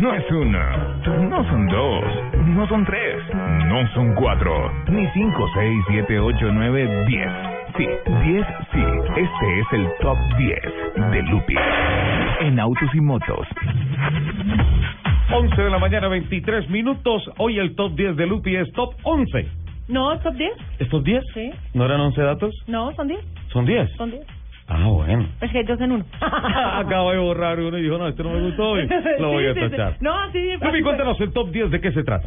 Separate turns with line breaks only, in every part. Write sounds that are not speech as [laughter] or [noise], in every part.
No es una, no son dos, no son tres, no son cuatro, ni cinco, seis, siete, ocho, nueve, diez. Sí, diez, sí. Este es el top 10 de Lupi. En autos y motos.
11 de la mañana, 23 minutos. Hoy el top 10 de Lupi es top 11.
No, top 10.
¿Estos 10?
Sí.
¿No eran 11 datos?
No, son 10.
¿Son 10?
Son 10.
Ah, bueno. [laughs]
Es que hay dos en uno.
Acabo de borrar uno y dijo, no, este no me gustó hoy. Lo voy a
[laughs] Sí, sí, sí.
tachar.
No, sí. así
Lupi,
fue.
cuéntanos el top 10 de qué se trata.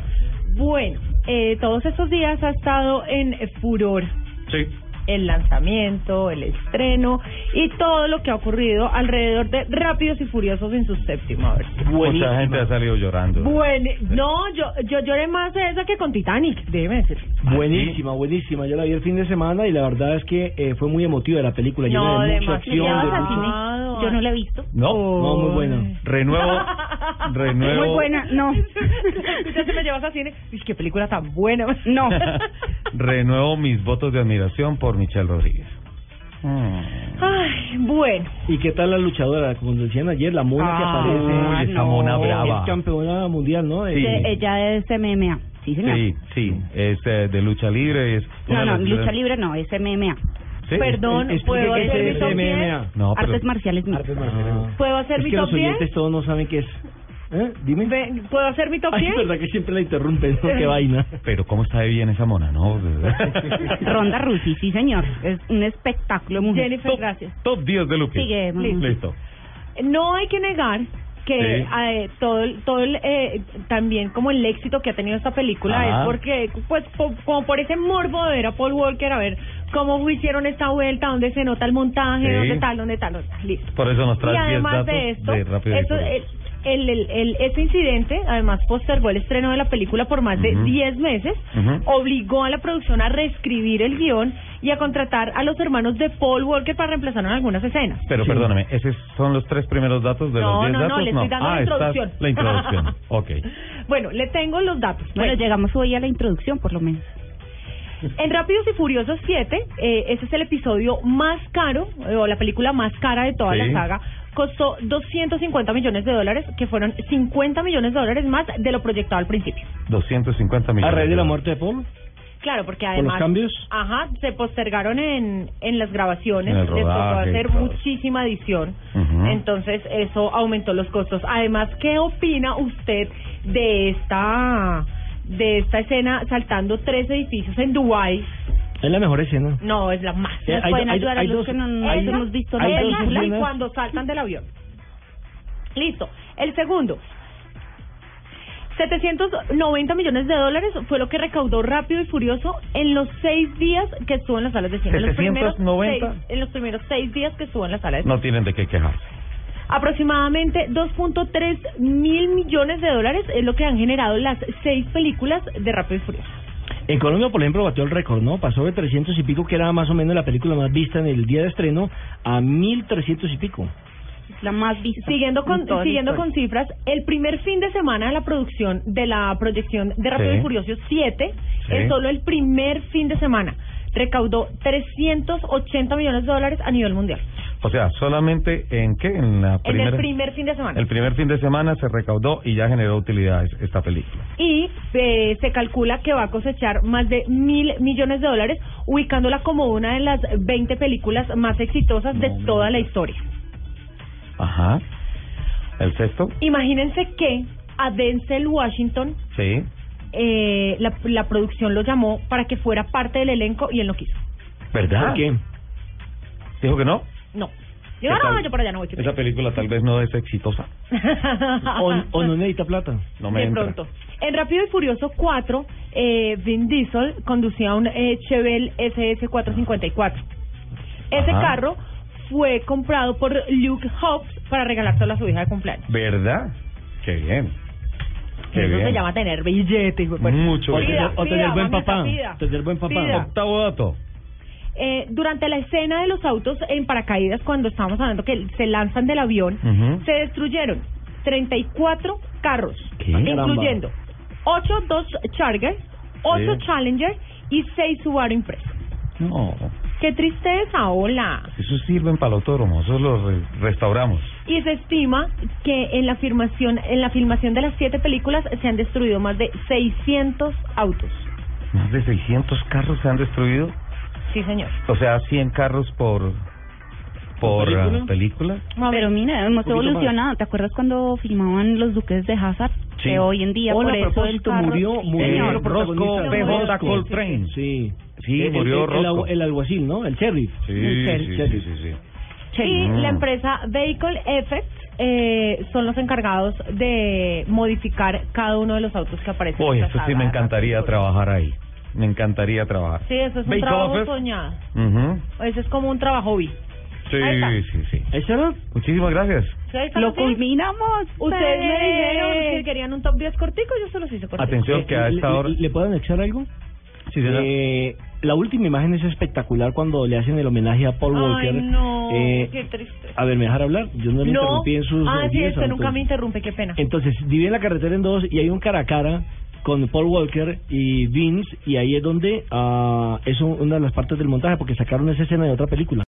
Bueno, eh, todos estos días ha estado en furor
Sí.
el lanzamiento, el estreno y todo lo que ha ocurrido alrededor de Rápidos y Furiosos en su séptima versión.
Mucha gente ha salido llorando.
Bueno, no, yo, yo lloré más de esa que con Titanic, déjeme decir.
Buenísima, buenísima. Yo la vi el fin de semana y la verdad es que eh, fue muy emotiva la película.
No,
llena de mucha
demasiado.
acción.
¿Ya
de
vas al
mucho-
cine?
Yo no la he visto.
No,
No, muy buena.
[laughs]
Renuevo. Renuevo.
Muy buena, no.
Ya te me llevas a cine. Uy, qué película tan buena.
No.
[laughs] Renuevo mis votos de admiración por Michelle Rodríguez. Mm.
Ah, Ay, bueno.
¿Y qué tal la luchadora? Como decían ayer, la mona que
Ah,
aparece.
Uy, esa mona
Es-
brava.
Es campeona mundial, ¿no?
Sí.
Eh,
De- Ella es MMA. Sí, señor.
Sí, sí, es eh, de lucha libre. Es
No,
una
no,
de las-
lucha libre no, es MMA.
Sí.
Perdón,
explique
¿puedo
qué es
hacer
el
mi top 10?
MMA.
No, pero-
Artes marciales mixtas.
Artes marciales.
¿Puedo hacer
Ah. Es
mi
que
top
los
10?
oyentes todos no saben qué es. ¿Eh? Dime.
Ve- ¿Puedo hacer mi top
Ay,
10?
es verdad que siempre la interrumpen. ¿no? Qué vaina.
Pero cómo está de bien esa mona, ¿no? [laughs]
[laughs] Ronda Rusi, sí, señor. Es un espectáculo, mujer.
Jennifer,
top,
gracias.
top 10 de Lupi.
Sigue, mamá.
Listo.
No hay que negar que
Sí.
eh, todo el- todo el, eh, también como el éxito que ha tenido esta película
Ajá.
es porque pues po- como por ese morbo de ver a Paul Walker a ver cómo hicieron esta vuelta dónde se nota el montaje
Sí.
dónde tal dónde tal dónde tal, listo
Por eso nos
y
traes 10
además
datos
de esto,
de Rápido y
eso-
Furioso.
el- el- el- el- este incidente además postergó el estreno de la película por más de
Ujú.
10 meses,
Ujú.
obligó a la producción a reescribir el guión y a contratar a los hermanos de Paul Walker para reemplazar en algunas escenas.
Pero
Sí.
perdóname, esos son los tres primeros datos de
No,
los 10
no, no,
datos.
le estoy dando
ah,
la
estás-
introducción.
la
[laughs]
introducción. ok.
Bueno, le tengo los datos.
Bueno,
Bueno,
llegamos hoy a la introducción, por lo menos.
en Rápidos y Furiosos 7, eh, ese es el episodio más caro, eh, o la película más cara de toda
Sí.
la saga. Costó 250 millones de dólares, que fueron 50 millones de dólares más de lo proyectado al principio.
250 millones.
A raíz de la
dólares.
muerte de Paul.
Claro, porque
los
además.
cambios?
Ajá, se postergaron en, en las grabaciones.
En el
les tocó
rodaje y
hacer
todo.
muchísima edición.
Ujú.
Entonces, eso aumentó los costos. Además, ¿qué opina usted de esta de esta escena saltando tres edificios en Dubái?
Es la mejor escena.
No, es la más.
Eh,
Nos
hay-
pueden
hay-
ayudar a
hay
los
dos-
que no nos
hay-
hemos visto la
hay dos
película.
Esa y
escenas.
cuando saltan del avión. Listo. El segundo. 790 millones de dólares fue lo que recaudó Rápido y Furioso en los seis días que estuvo en las salas de cine. En los primeros
790.
seis- en los primeros seis días que estuvo en las salas de cine.
No tienen de qué quejarse.
Aproximadamente 2.3 mil millones de dólares es lo que han generado las seis películas de Rápido y Furioso.
En Colombia, por ejemplo, batió el récord, ¿no? Pasó de 300 y pico, que era más o menos la película más vista en el día de estreno, a 1300 y pico.
Es la más vista.
Siguiendo
en
con
toda la
siguiendo con
historia.
cifras, el primer fin de semana de la producción de la proyección de Rápido
Sí.
y Furioso 7
Sí.
es solo el primer fin de semana. Recaudó 380 millones de dólares a nivel mundial.
O sea, solamente en qué? En la
En
primera.
el primer fin de semana.
el primer fin de semana se recaudó y ya generó utilidades esta película.
Y eh, se calcula que va a cosechar más de mil millones de dólares, ubicándola como una de las 20 películas más exitosas de toda la historia.
Ajá. El sexto.
Imagínense que a Denzel Washington
Sí.
eh, la, la producción lo llamó para que fuera parte del elenco y él no quiso.
¿Verdad?
¿Por
[laughs]
qué?
Dijo que no.
No.
¿Qué
Yo, no,
tal?
yo para allá no voy. qué
Esa película tal vez no es exitosa.
pena.
O, o no necesita plata.
No me
de
entra.
pronto. En Rápido y Furioso 4, eh, Vin Diesel conducía un eh, Chevelle SS454. Ese
Ajá.
carro fue comprado por Luke Hobbs para regalárselo a su hija de cumpleaños.
¿Verdad? Qué bien. Qué
Eso
bien.
se llama tener billete. hijo de puta.
Mucho
Pida,
bien.
O tener
pida,
buen
mamita,
papá.
pida,
Tener buen papá.
pida.
Octavo dato.
Eh, durante la escena de los autos en paracaídas, cuando estábamos hablando que se lanzan del avión,
Ujú.
se destruyeron 34 carros,
¿Qué?
incluyendo 8 Dodge Charger, 8
Sí.
Challenger y 6 Subaru Impreza.
No.
¡Qué tristeza, hola!
Eso sirven para los toros. Eso lo re- restauramos.
y se estima que en la filmación, en la filmación de las siete películas se han destruido más de 600 autos.
Más de 600 carros se han destruido.
Sí, señor.
O sea, 100 carros por por ah, película.
¿Película?
Pero mira, hemos
poquito más.
evolucionado. ¿Te acuerdas cuando filmaban los duques de Hazard?
Sí.
Que hoy en día
Hola,
por
a
eso el
propósito,
carro-
murió,
Sí,
murió
señor.
el
Eh, Rosco
protagonista
P. J.
Rosco.
Coltrane.
Sí,
Sí,
El-
murió
el, el,
Rosco.
el alguacil, ¿no? El sheriff.
Sí, sí, sí, sí, sí.
Y
Mm.
la empresa Vehicle Effects eh, son los encargados de modificar cada uno de los autos que aparecen.
Uy,
en
eso
esta
sí
saga.
me encantaría trabajar ahí. Me encantaría trabajar.
Sí, eso es un
Bake
trabajo
Office.
soñado.
Ujú.
Eso es como un trabajo hobby. Ahí
Sí, sí, sí.
¿Eso era?
Muchísimas gracias.
¿Ustedes
Lo
también?
culminamos.
Ustedes me dijeron que
Ustedes.
querían un top 10 cortico, yo se los hice cortico.
Atención,
Eh,
que a
le-
esta
le-
hora.
¿Le pueden echar algo?
Sí, señor.
Eh, la última imagen es espectacular cuando le hacen el homenaje a Paul
Ay,
Walker.
no,
Eh,
qué triste.
a ver, ¿me dejar hablar? Yo no le interrumpí en sus...
ah, sí,
días,
usted nunca me
entonces.
interrumpe, qué pena.
Entonces, dividen la carretera en dos y hay un cara a cara con Paul Walker y Vince y ahí es donde ah, es un- una de las partes del montaje porque sacaron esa escena de otra película.